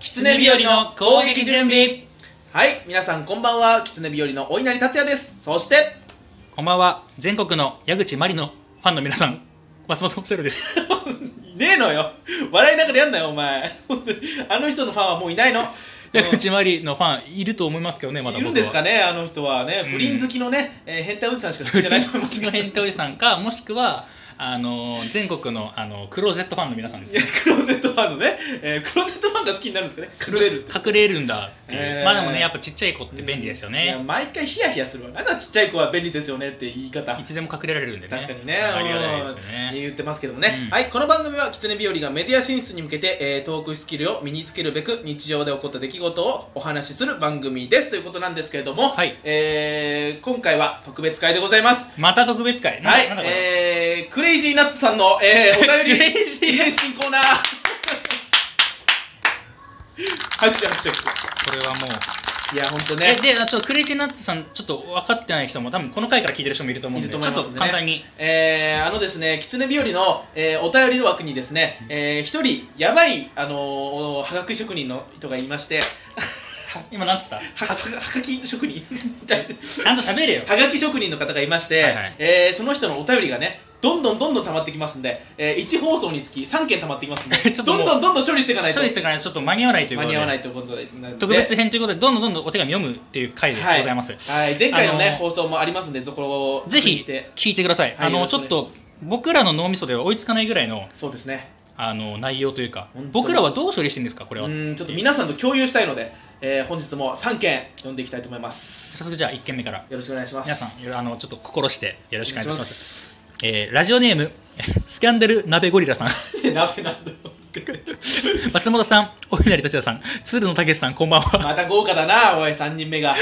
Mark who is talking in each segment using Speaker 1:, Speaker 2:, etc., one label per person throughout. Speaker 1: 狐日和の攻撃準備
Speaker 2: はい皆さんこんばんは狐日和のお稲荷達也ですそして
Speaker 1: こんばんは全国の矢口真理のファンの皆さん松本セロです
Speaker 2: いねえのよ笑いながらやんなよお前 本当にあの人のファンはも ういないの
Speaker 1: 矢口真理のファンいると思いますけどねまだ
Speaker 2: いるん
Speaker 1: 僕は
Speaker 2: ですかねあの人はね
Speaker 1: うん
Speaker 2: 不倫好きのね、えー変態おじさんしか好きじゃない と思います
Speaker 1: 月の変態おじさん かもしくはあの全国のあのクローゼットファンの皆さんです
Speaker 2: いやクローゼットファンのね、えークローゼットファンが好きになるんです かね隠れるって
Speaker 1: 隠れるんだっていう、
Speaker 2: えー
Speaker 1: まあでもねやっぱちっちゃい子って便利ですよ
Speaker 2: いや
Speaker 1: ね、
Speaker 2: 毎回ヒヤヒヤするわなんだちっちゃい子は便利ですよねって言い方
Speaker 1: いつでも隠れられるんでね
Speaker 2: 確かにね
Speaker 1: ありがたいですよ
Speaker 2: うん
Speaker 1: ね
Speaker 2: 言ってますけどもね、
Speaker 1: うん
Speaker 2: はいこの番組は狐日和がメディア進出に向けて、えートークスキルを身につけるべく日常で起こった出来事をお話しする番組ですということなんですけれども、
Speaker 1: はい
Speaker 2: えー今回は特別会でございます
Speaker 1: また特別会
Speaker 2: はい
Speaker 1: なんだこれ、
Speaker 2: えークレイジーナッツさんの、えーお便り返信コーナー拍手拍手拍
Speaker 1: これはもう
Speaker 2: 手いや本当ね
Speaker 1: えでちょっとクレイジーナッツさんちょっと分かってない人も多分この回から聞いてる人もいると思うんで
Speaker 2: いると思い
Speaker 1: ち
Speaker 2: ま
Speaker 1: ょっ
Speaker 2: すね
Speaker 1: と簡単に
Speaker 2: えーあのですね、狐日和の、えーお便りの枠にですね、えー一人、やばい、あのー、はがき職人の人がいまして、
Speaker 1: 今何つった
Speaker 2: はははがき職人みたいな
Speaker 1: ちゃんと 喋れよ
Speaker 2: はがき職人の方がいまして、
Speaker 1: はいはい
Speaker 2: えーその人のお便りがね、どんどんどんどん溜まってきますんで、え1放送につき3件溜まってきますんで、
Speaker 1: ちょっと
Speaker 2: ど
Speaker 1: も
Speaker 2: ん
Speaker 1: う
Speaker 2: どんどんどん処理していかないと
Speaker 1: 処理してからちょっと間に合わないというこ
Speaker 2: 間
Speaker 1: と
Speaker 2: に
Speaker 1: で
Speaker 2: 合わないということになるので、
Speaker 1: 特別編ということでどんどんどんどんお手紙読むっていう回でございます、
Speaker 2: はい、前回のね、
Speaker 1: あのー
Speaker 2: 放送もありますんで、そこを
Speaker 1: ぜ
Speaker 2: 確認
Speaker 1: ひ
Speaker 2: して、
Speaker 1: 聞いてください、
Speaker 2: はい
Speaker 1: あ
Speaker 2: よ
Speaker 1: の
Speaker 2: ろしく
Speaker 1: ち
Speaker 2: お
Speaker 1: ょっ
Speaker 2: 願いしま
Speaker 1: と
Speaker 2: す
Speaker 1: 僕らの脳みそでは追いつかないぐらいの
Speaker 2: そうですね。
Speaker 1: あの内容というか
Speaker 2: 本当に
Speaker 1: 僕らはどう処理してるんですかこれは
Speaker 2: うんちょっと皆さんと共有したいので、えー本日も3件読んでいきたいと思います
Speaker 1: 早速じゃあ1件目から
Speaker 2: よろしくお願いします
Speaker 1: 皆さんよろあのちょっと心してよろしくお願いいたします
Speaker 2: す
Speaker 1: えーラジオネーム スキャンダル鍋ゴリラさん
Speaker 2: 鍋なんだろう
Speaker 1: 松本さんお稲荷達也さん鶴野武さんこんばんは
Speaker 2: また豪華だなおい3人目が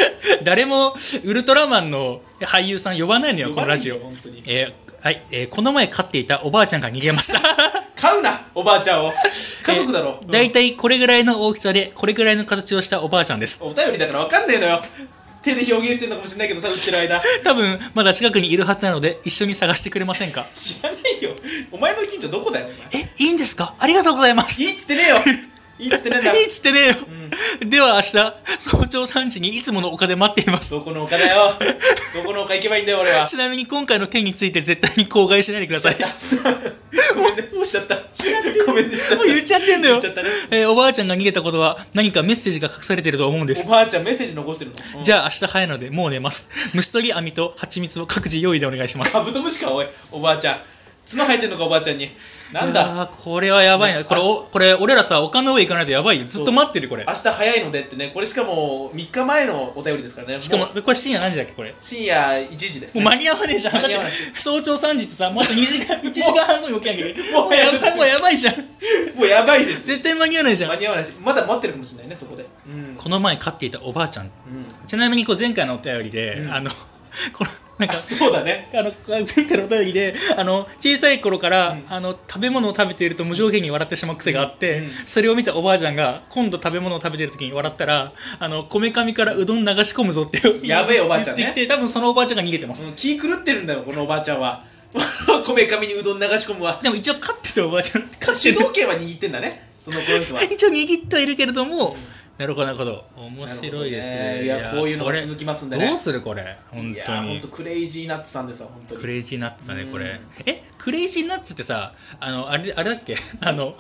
Speaker 1: 誰もウルトラマンの俳優さん呼ばないのよこのラジオ
Speaker 2: 呼、ばれるよ本当に
Speaker 1: えーはいえーこの前飼っていたおばあちゃんが逃げま した
Speaker 2: 買うなおばあちゃんを家族だろ、
Speaker 1: えー大体、これぐらいの大きさでこれぐらいの形をしたおばあちゃんです
Speaker 2: うんお便りだから分かんねえのよ手で表現してんのかもしれないけどさ打ってる間
Speaker 1: 多分まだ近くにいるはずなので一緒に探してくれませんか
Speaker 2: 知らないよお前の近所どこだよお前
Speaker 1: えいいんですかありがとうございます
Speaker 2: いいっつってねえよいいっつって ねえんだ
Speaker 1: いいっつってね
Speaker 2: うん
Speaker 1: では明日早朝3時にいつもの丘で待っています
Speaker 2: どこの丘だよどこの丘行けばいいんだよ俺は
Speaker 1: ちなみに今回の件について絶対に口外しないでくだ さいも
Speaker 2: ごめんね、もうしちゃった。ごめんね、しちゃっ
Speaker 1: う
Speaker 2: た。
Speaker 1: 言っちゃってんの
Speaker 2: 言
Speaker 1: よ
Speaker 2: っちゃったね。
Speaker 1: えーおばあちゃんが逃げたことは何かメッセージが隠されてると思うんです
Speaker 2: おばあちゃんメッセージ残してるの。
Speaker 1: じ
Speaker 2: ゃ
Speaker 1: ゃあ明日早いのでもう寝ます。虫取り網と蜂蜜を各自用意でお願いします。
Speaker 2: カブトムシか、おい、おばあちゃん。角生えてんのか、おばあちゃんに。なんだ、
Speaker 1: あーこれはやばいな。
Speaker 2: ね
Speaker 1: これ、
Speaker 2: 明
Speaker 1: おこれ俺らさ、丘の上行かないとやばいよ。ずっと待ってる、これ
Speaker 2: 明。日早いのでってね、これしかも3日前のお便りですからね。
Speaker 1: しかも、
Speaker 2: う
Speaker 1: これ深夜何時だっけ、これ。も
Speaker 2: 深夜1時です、
Speaker 1: う
Speaker 2: ね。
Speaker 1: 間に合わねえじゃん。
Speaker 2: 間に合わない
Speaker 1: だって早朝3時ってさ、もうあと2時間、1時間半後に起きなきゃいけない。
Speaker 2: も
Speaker 1: も
Speaker 2: う
Speaker 1: うやばい、もうやばいじゃん。
Speaker 2: もうやばいです。
Speaker 1: 絶対間に合わないじゃ
Speaker 2: 間
Speaker 1: ん。
Speaker 2: に合わないし、まだ待ってるかもしれないね、そこで。うん。
Speaker 1: この前飼っていたおばあちゃん。
Speaker 2: うん、
Speaker 1: ちなみにこう前回のお便りで、
Speaker 2: うん
Speaker 1: あの、この、なんか
Speaker 2: あ、そうだね。
Speaker 1: あの前回のお便りであの小さい頃から、
Speaker 2: うん
Speaker 1: あの食べ物を食べていると無条件に笑ってしまう癖があっ
Speaker 2: う
Speaker 1: て、
Speaker 2: ん
Speaker 1: それを見たおばあちゃんが今度食べ物を食べている時に笑ったらあのこめかみからうどん流し込むぞっていう
Speaker 2: やべえおばあちゃんね
Speaker 1: 言ってきて多分そのおばあちゃんが逃げてます、
Speaker 2: うん、気狂ってるんだよ、このおばあちゃんは。 こめかみにうどん流し込むわ。
Speaker 1: でも一応飼ってたおばあちゃん飼って
Speaker 2: 主
Speaker 1: る
Speaker 2: 導権は握ってんだね、そのこの人は。
Speaker 1: 一応握ってはいるけれども、
Speaker 2: うん
Speaker 1: なるほどなるほど面白いです
Speaker 2: なるほどねいやこういうの
Speaker 1: こ
Speaker 2: が
Speaker 1: れ
Speaker 2: 続きますんでね
Speaker 1: どうするこれ本
Speaker 2: いや
Speaker 1: 当
Speaker 2: ー
Speaker 1: に
Speaker 2: 本当クレイジーナッツさんですよ本当に
Speaker 1: クレイジーナッツだね
Speaker 2: うん
Speaker 1: これえクレイジーナッツってさあのあれあれだっけ あの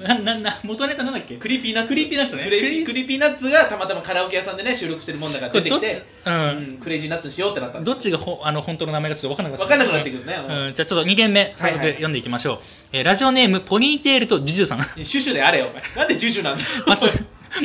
Speaker 1: ななな元ネタなんだっけ
Speaker 2: クリーピーナッツ
Speaker 1: クリーピーナッツね
Speaker 2: ク
Speaker 1: クリ
Speaker 2: レ
Speaker 1: ー
Speaker 2: イクリーピーナッツがたまたまカラオケ屋さんでね収録してるもんだから出てきて、
Speaker 1: これどっち
Speaker 2: うん、クレイジーナッツにしようってなった
Speaker 1: うんん
Speaker 2: で
Speaker 1: どっちがほあの本当の名前がちょっと分からなく
Speaker 2: す分か
Speaker 1: なっ
Speaker 2: ん
Speaker 1: ちゃ
Speaker 2: な
Speaker 1: っ
Speaker 2: く
Speaker 1: た
Speaker 2: なってくるね、うん
Speaker 1: うん、じゃあちょっと2件目早
Speaker 2: はいはい
Speaker 1: 速
Speaker 2: はい
Speaker 1: 読んでいきましょう、えーラジオネームポニーテールとジュジ ュさん
Speaker 2: シュシュであれよお前なんでジュジュなん だ
Speaker 1: 松
Speaker 2: よ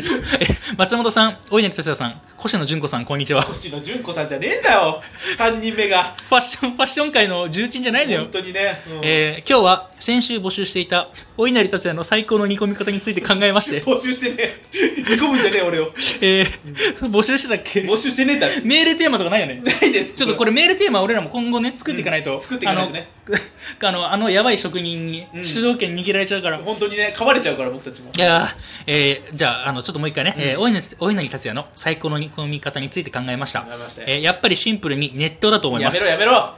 Speaker 1: え松本さん大稲荷達也さん越野純子さんこんにちは フ
Speaker 2: 星野純子さんじゃねえんだよ3人目が
Speaker 1: ァッションファッション界の重鎮じゃないのよ
Speaker 2: 本当にね、うん
Speaker 1: えー今日は先週募集していた大稲荷達也の最高の煮込み方について考えまして
Speaker 2: 募集してねえ煮込むんじゃねえ俺 を
Speaker 1: えー、募集してたっ け
Speaker 2: 募集してねえだろ
Speaker 1: メールテーマとかないよね
Speaker 2: ないです
Speaker 1: ちょっとこ
Speaker 2: れ
Speaker 1: れメールテーマ俺らも今後ね作っていかないと、
Speaker 2: うん作っていかないとね
Speaker 1: あのあのあのやばい職人に
Speaker 2: うん
Speaker 1: 主導権握られちゃうから、い
Speaker 2: 本当にね噛まれちゃうから僕たちも
Speaker 1: やー、えーじゃああのちょっともう一回ね、
Speaker 2: うん
Speaker 1: えー大稲大稲荷達也の最高の煮込み方について考えました
Speaker 2: 考えましたよ
Speaker 1: えーやっぱりシンプルに熱湯だと思い
Speaker 2: や
Speaker 1: ま
Speaker 2: め
Speaker 1: す
Speaker 2: ろやめろ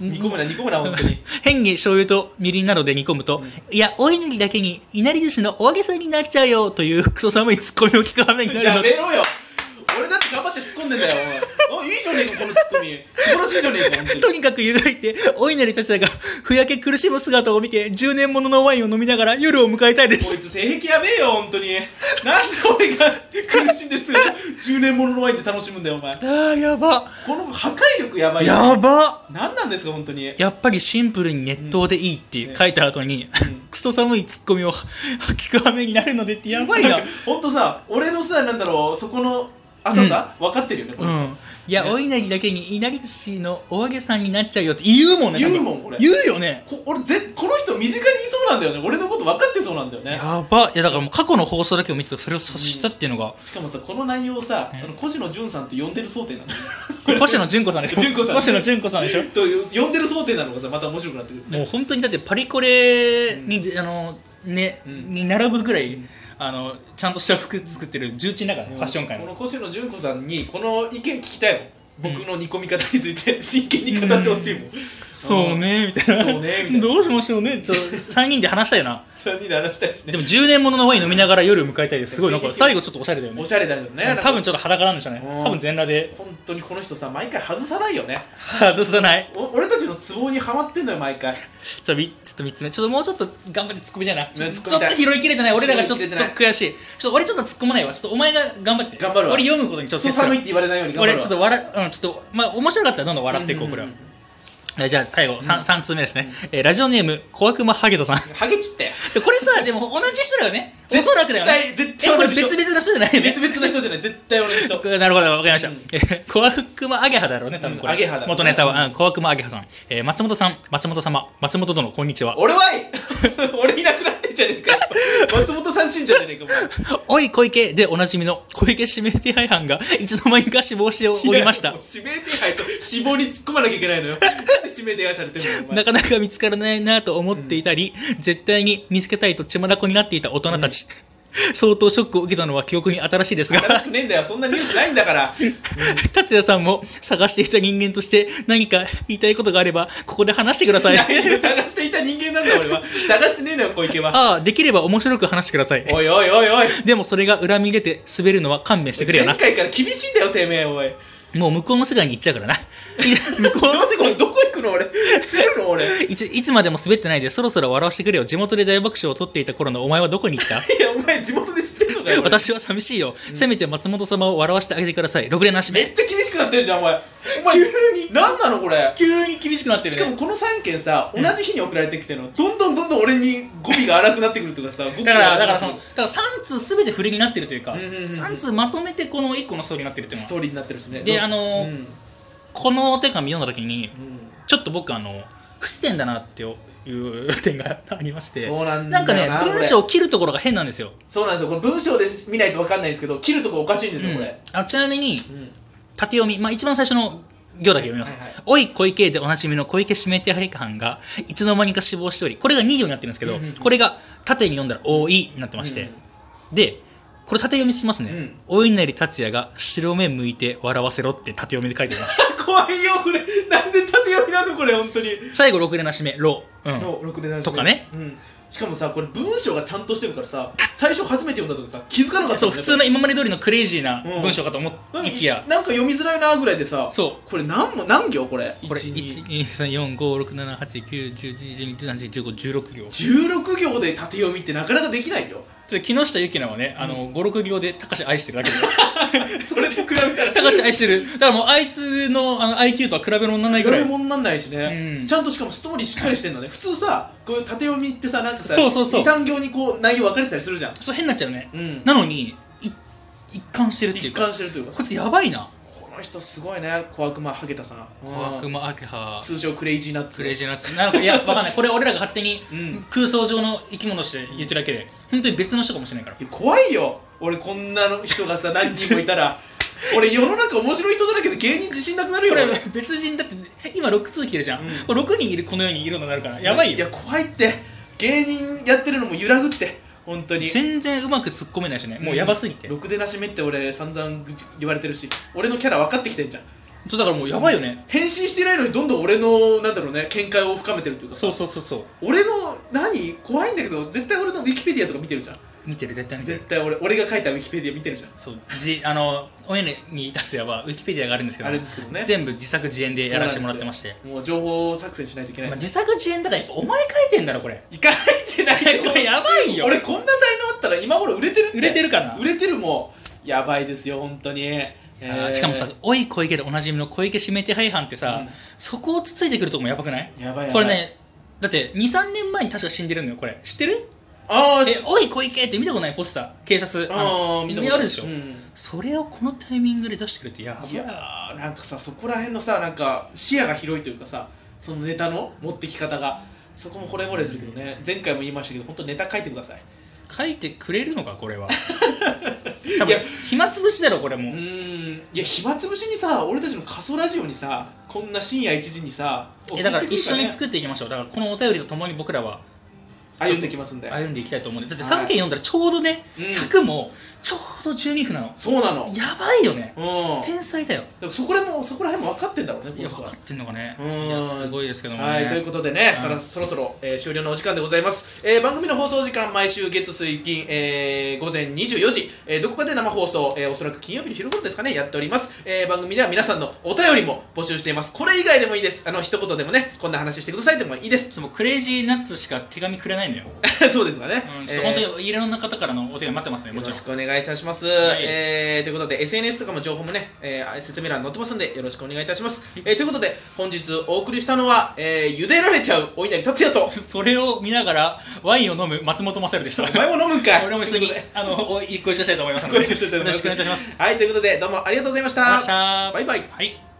Speaker 2: 煮込むな煮込むな本 当に
Speaker 1: 変に醤油とみりんなどで煮込むと、いや、おいなりだけに、いなり寿司の大げさになっちゃうよというクソ寒いツッコミを聞く羽目になる
Speaker 2: や
Speaker 1: の
Speaker 2: め
Speaker 1: で、
Speaker 2: ろよ俺だって頑張って突っ込んでんだよお前あいいじゃねえかこのツッコミ素晴らしいじゃねえか本当に
Speaker 1: とにかく湯がいて、おいなりたちがふやけ苦しむ姿を見て、10年もののワインを飲みながら夜を迎えたいで
Speaker 2: こい
Speaker 1: す。
Speaker 2: つ性癖やべえよ本当になんで俺が苦しんでる姿10年もののワインで楽しむんだよお前
Speaker 1: あー、やば。
Speaker 2: この破壊力やばいよ
Speaker 1: やば。
Speaker 2: 何なんですか本当に
Speaker 1: やっぱりシンプルに熱湯でいいっていう書いた後に、クソ寒いツッコミを聞く羽目になるのでってやば いな。
Speaker 2: 本当さ俺のさなんだろうそこの浅さ、分かってるよねこ
Speaker 1: う
Speaker 2: いつ、
Speaker 1: ん、いや、
Speaker 2: ね
Speaker 1: お稲荷だけに稲荷寿司のお揚げさんになっちゃうよって言うもんね
Speaker 2: 言う
Speaker 1: 多分
Speaker 2: もん俺
Speaker 1: 言うよね
Speaker 2: こ俺ぜこの人身近にいそうなんだよね俺のこと分かってそうなんだよね
Speaker 1: やばいやだからもう過去の放送だけを見てたらそれを察したっていうのが、
Speaker 2: しかもさこの内容をさ、
Speaker 1: ね
Speaker 2: あの越野純さんと呼んでる想定なの
Speaker 1: 星野純子さんでしょ
Speaker 2: 純子さん
Speaker 1: 星野純子さんでしょ
Speaker 2: と呼んでる想定なのがさまた面白くなってくる
Speaker 1: もう本当にだってパリコレに、あのね、
Speaker 2: うん
Speaker 1: に並ぶぐらい、あのちゃんとした服作ってる重鎮だから、ね、ファッション界
Speaker 2: こ
Speaker 1: の
Speaker 2: の越野純子さんにこの意見聞きたいもん僕の煮込み方について 真剣に語ってほしいもん、
Speaker 1: そうねみたいな
Speaker 2: そうねみたいな
Speaker 1: どうしましょうねちょ3人で話したよな
Speaker 2: 3人で話したいしね
Speaker 1: でも10年もののワイン飲みながら夜を迎えたいですすごいなんか最後ちょっとおしゃれだよね
Speaker 2: おしゃれだよね
Speaker 1: 多分ちょっと裸なんでしょうね
Speaker 2: うん
Speaker 1: 多分全裸で
Speaker 2: 本当にこの人さ毎回外さないよね
Speaker 1: 外さない
Speaker 2: お俺たちのツボにはまってんのよ毎回
Speaker 1: ちょっとみちょっと3つ目ちょっともうちょっと頑張って突っ込みたいなちょ
Speaker 2: ね
Speaker 1: ち
Speaker 2: 突
Speaker 1: ょ
Speaker 2: っ込み
Speaker 1: っ
Speaker 2: たい
Speaker 1: と拾いきれてない俺らがちょっと
Speaker 2: 拾いきれてない
Speaker 1: 悔しいちょっと俺ちょっと突っ込まないわちょっとお前が頑張って
Speaker 2: 頑張るわ
Speaker 1: 俺読むことにちょっと
Speaker 2: そう
Speaker 1: 徹する
Speaker 2: 寒いって言われないように頑張る
Speaker 1: 俺
Speaker 2: わ
Speaker 1: ちょっと笑うんちょっとまあ面白かったらどんどん笑っていこうこれは、
Speaker 2: んん
Speaker 1: えじゃあ最後 3, 三通目ですね、えーラジオネーム小悪魔ハゲト さん
Speaker 2: ハゲ散ったよ
Speaker 1: でこれさでも同じ人だよねおそらくだよね
Speaker 2: 絶
Speaker 1: え
Speaker 2: 対絶対
Speaker 1: これ
Speaker 2: 同じ
Speaker 1: 別
Speaker 2: 人
Speaker 1: 々の人じゃないよね
Speaker 2: 別々の人じゃない絶対同じ人
Speaker 1: なるほど、わかりました
Speaker 2: うん。
Speaker 1: えー小悪魔アゲハだろうね、多分これ。
Speaker 2: うんアゲハだ
Speaker 1: 元ネタは、うん小悪魔アゲハさん。えー松本さん、松本様、松本殿、こんにちは。
Speaker 2: 俺はい 俺いなくなってんじゃねえかよ松本さん信者じゃねえかもう
Speaker 1: おい、小池でおなじみの小池指名手配犯がいつの間にか死亡しておりました
Speaker 2: もう。指名手配と死亡に突っ込まなきゃいけないの よなんで指名手配されてるのお前
Speaker 1: なかなか見つからないなと思っていたり、絶対に見つけたいと血まなこになっていた大人たち。相当ショックを受けたのは記憶に新しいですが、
Speaker 2: 楽しくねえんだよそんなニュースないんだから
Speaker 1: 達也さんも探していた人間として何か言いたいことがあれば、ここで話してください。
Speaker 2: 何を探していた人間なんだ俺は探してねえのよ小池は
Speaker 1: ああ、できれば面白く話してください。
Speaker 2: おいおいおいおい
Speaker 1: でもそれが裏見出て滑るのは勘弁してくれよ
Speaker 2: 前
Speaker 1: な。
Speaker 2: 回から厳しいんだよてめえおい
Speaker 1: もう向こうの世界に行っちゃうからな。向こう
Speaker 2: どうせこれどこ行くの俺知るの俺い
Speaker 1: いつ、いつまでも滑ってないでそろそろ笑わしてくれよ。地元で大爆笑を取っていた頃のお前はどこに行った
Speaker 2: やお前地元で知ってんのかよ俺
Speaker 1: 私は寂しいよ。せめて松本様を笑わしてあげてください。ろくれなし
Speaker 2: め
Speaker 1: め。
Speaker 2: っちゃ厳しくなってるじゃんお前お前急に何なのこれ
Speaker 1: 急に厳しくなって
Speaker 2: しかもこの3件さ同じ日に送られてきてるの、どんどんどんどん俺に語尾が荒くなってくるとかさ語尾
Speaker 1: だ
Speaker 2: が
Speaker 1: から、だ
Speaker 2: 荒く
Speaker 1: か
Speaker 2: な
Speaker 1: ら
Speaker 2: って
Speaker 1: そ
Speaker 2: くる
Speaker 1: の、だから3通すべて振りになってるというか、
Speaker 2: うんうんうんうん
Speaker 1: 3通まとめてこの1個のストーリーになってるっていう
Speaker 2: ス
Speaker 1: のは。
Speaker 2: トーリーになってるしね
Speaker 1: で
Speaker 2: ど
Speaker 1: あのー
Speaker 2: うん
Speaker 1: このお手紙読んだ時に、
Speaker 2: うん
Speaker 1: ちょっと僕あの、不自然だなっていう点がありまして、
Speaker 2: そうなんだ
Speaker 1: なんか
Speaker 2: よ
Speaker 1: ね、
Speaker 2: なこれ
Speaker 1: 文章を切るところが変なんですよ。
Speaker 2: そうなんですよこれ文章で見ないと分かんないんですけど切るとこおかしいんですよ、これ、
Speaker 1: うんあちなみに
Speaker 2: うん
Speaker 1: 縦読み、まあ、一番最初の行だけ読みます、
Speaker 2: はいはい
Speaker 1: おい小池でおなじみの小池指名手配犯がいつの間にか死亡しておりこれが2行になってるんですけ
Speaker 2: う
Speaker 1: ど、
Speaker 2: んうんうん
Speaker 1: これが縦に読んだら「おい」になってまして、でこれ縦読みしますね、
Speaker 2: うん
Speaker 1: お稲荷達也が白目向いて笑わせろって縦読みで書いて ます。
Speaker 2: 怖いよこれなんで縦読みなのこれ本当に、
Speaker 1: 最後ろくれなしめ「ろ」うん
Speaker 2: のろくでなし
Speaker 1: とかね、
Speaker 2: うん、しかもさこれ文章がちゃんとしてるからさ最初初めて読んだ時さ気づかなかった
Speaker 1: そ
Speaker 2: も
Speaker 1: うん普
Speaker 2: ね
Speaker 1: 通の今まで通りのクレイジーな
Speaker 2: うん
Speaker 1: 文章かと思
Speaker 2: なん
Speaker 1: っ
Speaker 2: か
Speaker 1: ていきや、
Speaker 2: なんか読みづらいなぐらいでさ
Speaker 1: そ
Speaker 2: これ何も何行これ
Speaker 1: うこれ
Speaker 2: 1 2
Speaker 1: 12345678910111213141516行
Speaker 2: 16行で縦読みってなかなかできないよ
Speaker 1: ちょっと木下ゆきなはね、あの、5、6行で、高橋愛してるだけで。
Speaker 2: それと比べたら
Speaker 1: 高橋愛してる。だからもう、あいつのあの IQ とは比べ物にならない
Speaker 2: 比
Speaker 1: ぐら
Speaker 2: べ
Speaker 1: い。
Speaker 2: 物になんないしね、
Speaker 1: うん
Speaker 2: ちゃんとしかもストーリーしっかりしてんのね普通さこういう縦読みってさなんかさ
Speaker 1: そうそうそう
Speaker 2: 23行にこう内容分かれてたりするじゃん
Speaker 1: そう、変になっちゃうね。
Speaker 2: うん
Speaker 1: なのに、い一貫してるってい
Speaker 2: 一
Speaker 1: うか、
Speaker 2: 貫してるというか
Speaker 1: こいつやばいな。
Speaker 2: この人すごいね小悪魔ハゲタさん
Speaker 1: 小悪
Speaker 2: うん
Speaker 1: 魔、アケハ、
Speaker 2: 通称クレイジーナッツ
Speaker 1: クレイジーナッツ。なんか、いや、わかんない。これ俺らが勝手に
Speaker 2: うん
Speaker 1: 空想上の生き物として言ってるだけで、本当に別の人かもしれないから。
Speaker 2: いや怖いよ俺こんなの人が さ何人もいたら俺世の中面白い人だらけで芸人自信なくなるよ
Speaker 1: これ
Speaker 2: 俺、
Speaker 1: 別人だって、今6通来てるじゃん。
Speaker 2: うん
Speaker 1: これ6人いる、この世にいるのになるから、やばい
Speaker 2: いや
Speaker 1: よ。
Speaker 2: 怖いって芸人やってるのも揺らぐって本当に
Speaker 1: 全然うまく突っ込めないしね、もうやばすぎて。
Speaker 2: ろくでなしめって俺散々愚痴言われてるし俺のキャラ分かってきてんじゃん
Speaker 1: そうだからもうやばいよね
Speaker 2: 変身してないのにどんどん俺のなんだろうね見解を深めてるっていうか
Speaker 1: そうそうそうそう
Speaker 2: 俺の何怖いんだけど絶対俺のウィキペディアとか見てるじゃん
Speaker 1: 見てる絶対見てる
Speaker 2: 絶対俺俺が書いたウィキペディア見てるじゃん
Speaker 1: そうじあの親に出すやばウィキペディアがあるんですけど
Speaker 2: あれですけどね
Speaker 1: 全部自作自演でやらせてもらってまして、
Speaker 2: もう情報作戦しないといけない、
Speaker 1: まあ、自作自演だからやっぱお前書いてんだ ろこれ
Speaker 2: 行かないてないよ
Speaker 1: これやばいよ
Speaker 2: 俺こんな才能あったら今頃売れてるって
Speaker 1: 売れてるかな
Speaker 2: 売れてるもんやばいですよ本当に、え
Speaker 1: あーしかもさ「おい小池」でおなじみの小池指名手配犯ってさ、
Speaker 2: うん
Speaker 1: そこをつついてくるとこもやばくない
Speaker 2: やばいやばい
Speaker 1: これねだって23年前に確か死んでるのよこれ知ってる
Speaker 2: あ
Speaker 1: え
Speaker 2: あし
Speaker 1: 「おい小池」って見たことないポスター警察あ
Speaker 2: あ
Speaker 1: の
Speaker 2: ー
Speaker 1: み
Speaker 2: 見た
Speaker 1: んな
Speaker 2: こと
Speaker 1: あるでしょ、
Speaker 2: うん
Speaker 1: それをこのタイミングで出してくれってやばい
Speaker 2: いやーなんかさそこら辺のさなんか視野が広いというかさそのネタの持ってき方がそこも惚れ惚れするけどね前回も言いましたけど本当ネタ書いてください
Speaker 1: 書いてくれるのかこれ は
Speaker 2: い
Speaker 1: 多
Speaker 2: や
Speaker 1: 分暇つぶしだろこれ
Speaker 2: う
Speaker 1: もう
Speaker 2: ーんいや暇つぶしにさ俺たちの仮想ラジオにさこんな深夜1時にさ
Speaker 1: えだから一緒に
Speaker 2: っ
Speaker 1: 作っていきましょうだからこのお便りとともに僕らは
Speaker 2: 歩んできますんで
Speaker 1: 歩んでいきたいと思うんでだって
Speaker 2: は
Speaker 1: 3
Speaker 2: い
Speaker 1: 件読んだらちょうどね、
Speaker 2: うん
Speaker 1: 着もちょうど12分なの
Speaker 2: そうなの
Speaker 1: やばいよね
Speaker 2: うん
Speaker 1: 天才だよ
Speaker 2: でもそこら辺もそこら辺も分かってんだろうねこ
Speaker 1: いや
Speaker 2: の人
Speaker 1: 分か
Speaker 2: は
Speaker 1: ってんのかね
Speaker 2: うーん
Speaker 1: いやすごいですけどもね
Speaker 2: はいということでね、そろそろそろ、えー終了のお時間でございます、えー番組の放送時間毎週月水金、えー午前24時、えーどこかで生放送、えーおそらく金曜日の昼頃ですかねやっております、えー番組では皆さんのお便りも募集していますこれ以外でもいいですあの一言でもねこんな話してくださいでもいいです
Speaker 1: そのクレイジーナッツしか手紙くれないんだよ、
Speaker 2: そうですかね、
Speaker 1: うん
Speaker 2: えー
Speaker 1: 本当にいろんな方からのお手紙待ってますねも
Speaker 2: よ
Speaker 1: ち
Speaker 2: ろ
Speaker 1: ろん
Speaker 2: しくお願いいたします、
Speaker 1: い
Speaker 2: えーということで SNS とかも情報もね、えー説明欄に載ってますんでよろしくお願いいたします、えーということで本日お送りしたのは、えー、茹でられちゃうお稲荷達也と
Speaker 1: それを見ながらワインを飲む松本勝でした
Speaker 2: お前も飲むんかい
Speaker 1: 俺も一緒にあのおご一緒したいと思いますので
Speaker 2: ご一緒したいと思います
Speaker 1: よろしくお願いいたします
Speaker 2: はい、ということで、どうもありがとうございました。
Speaker 1: ありがとうございました
Speaker 2: バイバイ。
Speaker 1: はい